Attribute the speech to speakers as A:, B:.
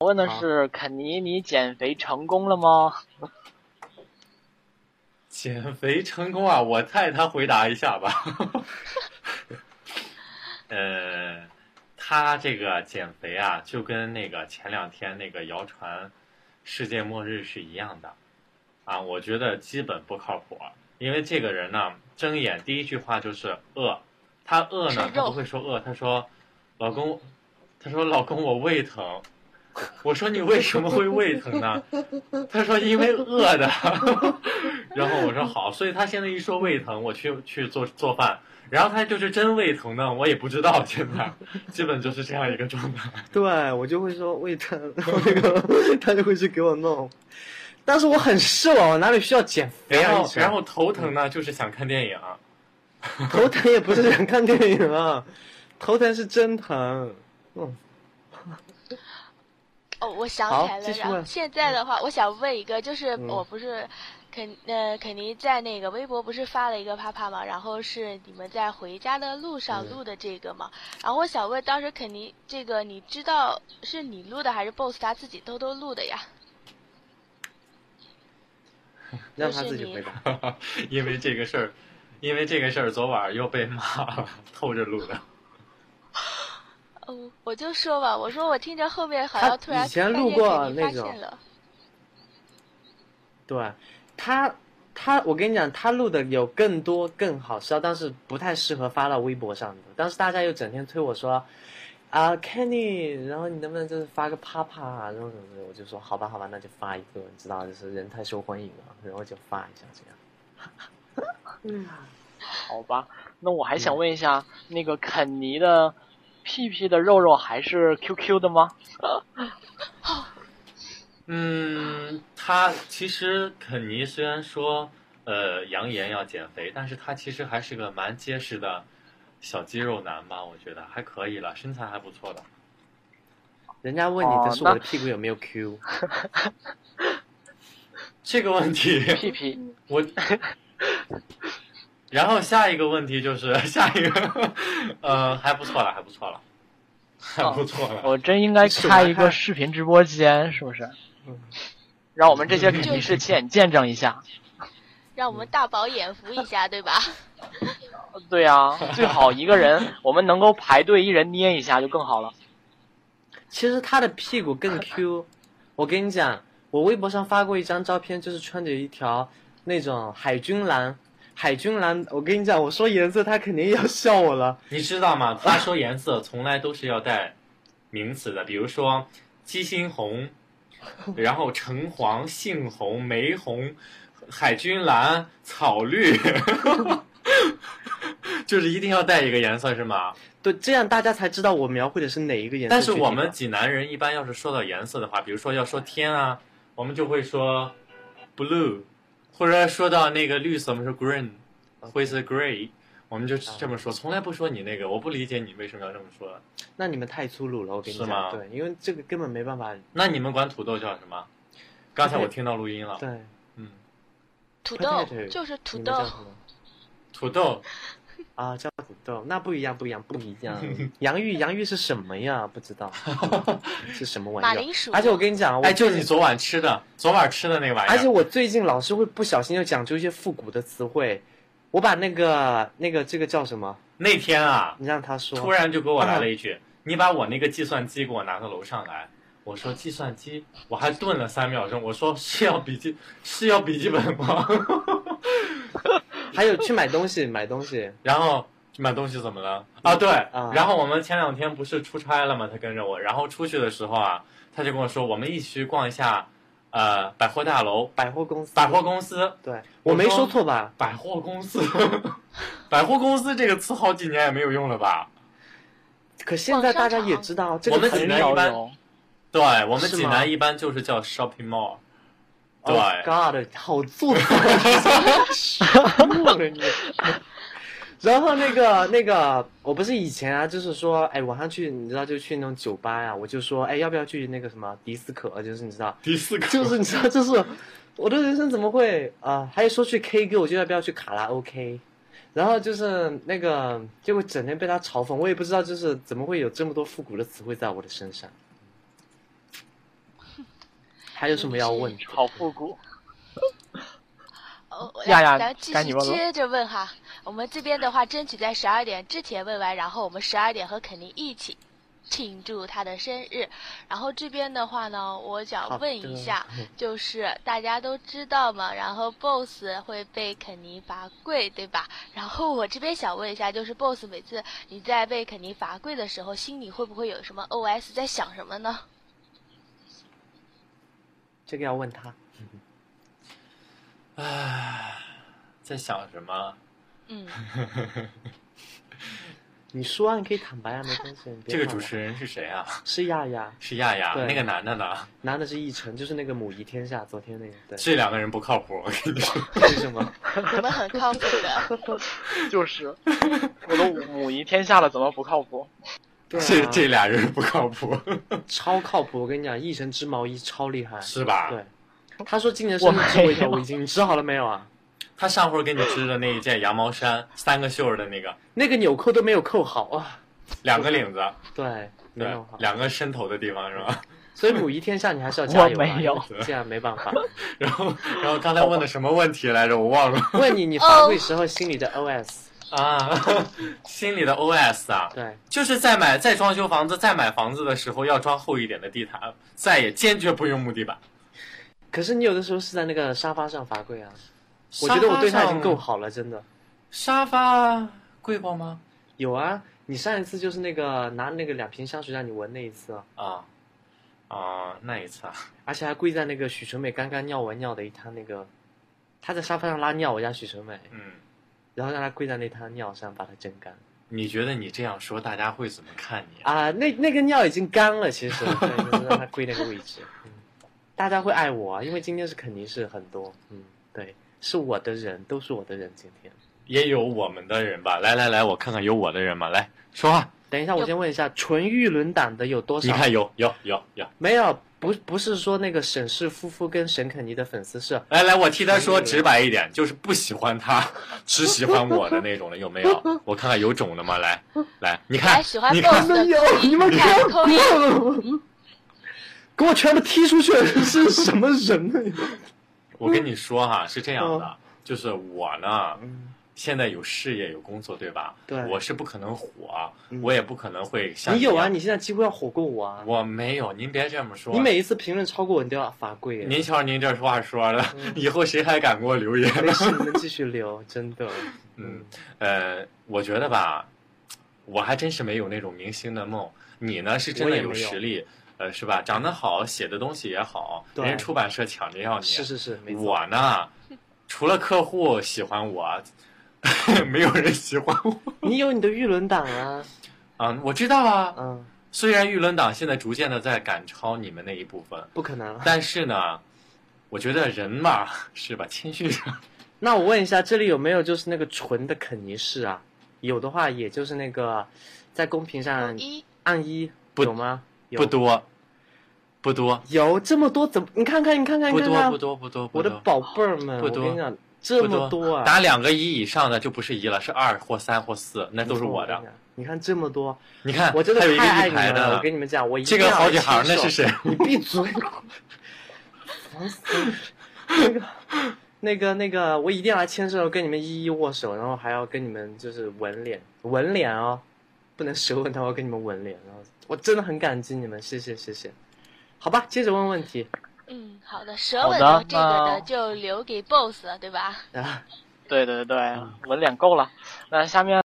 A: 我问的是，肯尼，你减肥成功了吗？
B: 减肥成功啊！我替他回答一下吧。 呃，他这个减肥啊，就跟那个前两天那个谣传世界末日是一样的啊，我觉得基本不靠谱。因为这个人呢，睁眼第一句话就是饿，他饿呢，
C: 吃
B: 他
C: 肉
B: 不会说饿，他说老公，他说老公我胃疼，我说你为什么会胃疼呢？他说因为饿的， 然后我说好，所以他现在一说胃疼，我去去做做饭，然后他就是真胃疼呢，我也不知道现在，基本就是这样一个状 态。
D: 对我就会说胃疼，然后那个 他就会去给我弄。但是我很瘦啊，我哪里需要减肥
B: 然
D: 啊？
B: 后然后头疼呢，就是想看电影，
D: 后头疼也不是想看电 影啊，头疼是真疼。嗯，
C: 哦，我想
D: 好
C: 起来了。
D: 继续
C: 然后
D: 问
C: 现在的话，我想问一个，就是
D: 嗯
C: 我不是肯呃肯尼在那个微博不是发了一个啪啪嘛，然后是你们在回家的路上
D: 嗯
C: 录的这个嘛，然后我想问，当时肯尼这个你知道是你录的还是 BOSS 他自己偷偷录的呀？
D: 让他自己回答。
B: 因为这个事儿，因为这个事儿昨晚又被骂 了，偷着录的。
C: 哦，我就说吧，我说我听着后面好
D: 他
C: 像突然
D: 以前
C: 看见
D: 录过
C: 肯尼发
D: 那种
C: 现了，
D: 对，他他，我跟你讲，他录的有更多更好笑，但是不太适合发到微博上的。当时大家又整天推我说。啊、k e n n y 然后你能不能就是发个啪啪啊，然后什么的，我就说好吧，好吧，那就发一个，你知道，就是人太受欢迎了，然后就发一下这样。
A: 好吧，那我还想问一下，那个肯尼的屁屁的肉肉还是 QQ 的吗？
B: 嗯，他其实肯尼虽然说呃扬言要减肥，但是他其实还是个蛮结实的小肌肉男吧，我觉得还可以了，身材还不错的。
D: 人家问你
A: 哦
D: 的是我的屁股有没有 Q，、
B: 这个问题
A: 屁屁，
B: 我，然后下一个问题就是 下一个，呃，还不错了，还不错了，还不错了。
A: 我真应该开一个视频直播间，是不是？让我们这些肯尼是见见证一下。
C: 让我
D: 嗯
C: 们大饱眼福一下，对吧？
A: 对啊，最好一个人，我们能够排队，一人捏一下就更好了。
D: 其实他的屁股 更 Q。我跟你讲，我微博上发过一张照片，就是穿着一条那种海军蓝，海军蓝。我跟你讲，我说颜色，他肯定要笑我了。
B: 你知道吗？他说颜色从来都是要带名词的，比如说鸡心红，然后橙黄、杏红、玫红、海军蓝、草绿， 就是一定要带一个颜色是吗？
D: 对，这样大家才知道我描绘的是哪一个颜色。
B: 但是我们济南人一般要是说到颜色的话，比如说要说天啊，我们就会说 blue，或者说到那个绿色，我们说 green，灰色 gray，我们就
D: 啊
B: 这么说，从来不说你那个，我不理解你为什么要这么说。
D: 那你们太粗鲁了，我跟你
B: 是吗
D: 讲，对，因为这个根本没办法。
B: 那你们管土豆叫什么？刚才我听到录音了。
D: 对，
B: 嗯，
C: 土豆
D: Potato，
C: 就是
D: 你
C: 土
D: 们
C: 豆
D: 叫，什么？
B: 土豆，
D: 啊，叫土豆，那不一样，不一样，不一 样。洋芋，洋芋是什么呀？不知道是什么玩意儿。
C: 马铃薯
D: 而且我跟你讲，我
B: 哎，就你昨晚吃的，昨晚吃的那玩意儿。
D: 而且我最近老是会不小心就讲出一些复古的词汇，我把那个那个这个叫什么？
B: 那天啊，
D: 你让他说。
B: 突然就给我来了一句：“你把我那个计算机给我拿到楼上来。”我说：“计算机。”我还顿了三秒钟，我说：“是要笔记是要笔记本吗
D: 还有去买东西，买东西。？”
B: 然后。买东西怎么了？啊，对，
D: 啊
B: 然后我们前两天不是出差了吗？他跟着我，然后出去的时候啊，他就跟我说，我们一起去逛一下，呃，百货大楼、
D: 百货公司。
B: 百货公司。
D: 对，我没说错吧？
B: 百货公司， 百货公司这个词好几年也没有用了吧？
D: 可现在大家也知道这
B: 我
D: 个
B: 们
D: 词
B: 济
A: 很
B: 南
A: 少
B: 一般
A: 有。
B: 对我们
D: 是
B: 济
D: 吗
B: 南一般就是叫 shopping mall。对
D: Oh、，God，好做作，了你。然后那个那个，我不是以前啊，就是说，哎，晚上去，你知道，就去那种酒吧呀、我就说，哎，要不要去那个什么迪斯科？就是你知道，
B: 第四个
D: 就是你知道，就是我的人生怎么会啊、还有说去 K 歌，我就要不要去卡拉 OK？然后就是那个，结果整天被他嘲讽，我也不知道就是怎么会有这么多复古的词汇在我的身上。还有什么要问的？
A: 好复古。
C: 哦，
A: 亚亚
C: 咱继
A: 该你
C: 续
A: 问了
C: 接着问哈。我们这边的话，争取在十二点之前问完，然后我们十二点和肯尼一起庆祝他的生日。然后这边的话呢，我想问 一下，
D: 好的，
C: 就是大家都知道嘛，然后 BOSS 会被肯尼罚跪，对吧？然后我这边想问一下，就是 BOSS 每次你在被肯尼罚跪的时候，心里会不会有什么 OS 在想什么呢？
D: 这个要问他。
B: 唉，在想什么？
C: 嗯，
D: 你说啊，你可以坦白啊，没关系。你别
B: 这个
D: 怕
B: 主
D: 的
B: 持人是谁啊？
D: 是亚亚，
B: 是亚亚，
D: 对
B: 那个男的呢？
D: 男的是奕晨，就是那个母仪天下，昨天那个。对，
B: 这两个人不靠谱，我跟你说。
D: 为什么？
C: 你们很靠谱的。
A: 就是，我都母仪天下了，怎么不靠谱？
D: 对
B: 这
D: 啊，
B: 这俩人不靠谱，
D: 超靠谱。我跟你讲，一神织毛衣超厉害。
B: 是吧？
D: 对，啊他说今年生日织过一条围巾，你织好了没有啊？
B: 他上回给你织的那一件羊毛衫，三个袖儿的那个，
D: 那个纽扣都没有扣好啊。
B: 两个领子，
D: 对，没
B: 对
D: 有好，。
B: 两个伸头的地方是吧？
D: 所以母仪天下，你还是要加油啊。
A: 我没有
D: 这样没办 法。
B: 然后，然后刚才问的什么问题来着？我忘了
D: 问你，你罚跪时候心里的
A: 哦
D: OS？
B: 啊。 心里的 OS 啊，
D: 对，
B: 就是在买在装修房子、在买房子的时候要装厚一点的地毯，再也坚决不用木地板。
D: 可是你有的时候是在那个沙发上罚跪啊。我觉得我对他已经够好了，真的。
B: 沙发贵过吗？
D: 有啊，你上一次就是那个拿那个两瓶香水让你闻那一次啊，
B: 啊啊，那一次啊，
D: 而且还跪在那个许纯美刚刚尿完尿的一滩那个，她在沙发上拉尿，我家许纯美，
B: 嗯，
D: 然后让她跪在那滩尿上把它蒸干
B: 你觉得你这样说大家会怎么看你啊？
D: 啊、那那个尿已经干了，其实对，就是让她跪那个位置，嗯，大家会爱我啊，因为今天是肯定是很多，嗯，对，是我的人，都是我的人，今天。
B: 也有我们的人吧？来来来，我看看有我的人吗？来说话，
D: 等一下，我先问一下，纯玉轮党的有多
B: 你
D: 少？
B: 看有有有有。
D: 没有，不不是说那个沈氏夫妇跟沈肯尼的粉丝是
B: 来来，我替他说直白一点，就是不喜欢 他，只喜欢我的那种的，有没有？我看看有种的吗？来来，你看
C: 来，喜欢
B: 你
C: BOSS
B: 看，
C: 的
D: 没有
C: 扣一，
D: 你们
C: 来扣一。
D: 给我全部踢出去，是什么人呢？
B: 我跟你说哈，是这样的
D: 嗯，
B: 就是我呢，现在有事业有工作，对吧？
D: 对
B: 我是不可能火，
D: 嗯
B: 我也不可能会像
D: 你有啊？
B: 一样
D: 你现在几乎要火过我啊！
B: 我没有，您别这么说。
D: 你每一次评论超过我，你都要罚跪。
B: 您瞧您这话说的，以后谁还敢给我留言？
D: 嗯没事，你们继续留，真的。
B: 嗯，呃，我觉得吧，我还真是没有那种明星的梦。你呢，是真的
D: 我也没有
B: 实力，呃，是吧？长得好，写的东西也好，
D: 对
B: 人家出版社抢着要你。
D: 是是是，没错。
B: 我呢，除了客户喜欢我， 没有人喜欢我。
D: 你有你的玉轮党啊，
B: 啊、我知道啊。
D: 嗯，
B: 虽然舆论党现在逐渐的在赶超你们那一部分，
D: 不可能。啊
B: 但是呢，我觉得人嘛，是吧，谦虚点儿。
D: 那我问一下，这里有没有就是那个纯的肯尼式啊？有的话，也就是那个在公屏上
C: 一
D: 按一，
B: 不
D: 有吗？有
B: 不多，不多，
D: 有这么多，怎么？你看看，你看看，
B: 不
D: 你看
B: 多，
D: 看
B: 不，多，不多，不
D: 我的
B: 多
D: 宝贝儿们，
B: 不
D: 我
B: 多
D: 跟你讲，这
B: 不
D: 么多啊！
B: 打两个一以上的就不是一了，是二或三或四，那都是我
D: 我
B: 的
D: 跟你。讲。你看这么多，
B: 你看，
D: 哦我真的
B: 还有一个
D: 太爱
B: 一
D: 你
B: 排
D: 们了。
B: 的
D: 我，跟你们讲，我一
B: 这
D: 定
B: 个
D: 要
B: 好几行，
D: 亲
B: 那
D: 手
B: 是？谁？
D: 你闭嘴！烦死了那个、那个、那个，我一定要来牵手，跟你们一一握手，然后还要跟你们就是吻脸，吻脸哦，不能舌吻，他要跟你们吻脸。然后我真的很感激你们，谢谢谢谢。好吧，接着问问题
C: 嗯，好的，舌吻
A: 好的
C: 这个
A: 那
C: 呢就留给 BOSS 了，对吧？
D: 啊。
A: 对对对，纹脸够了。那下面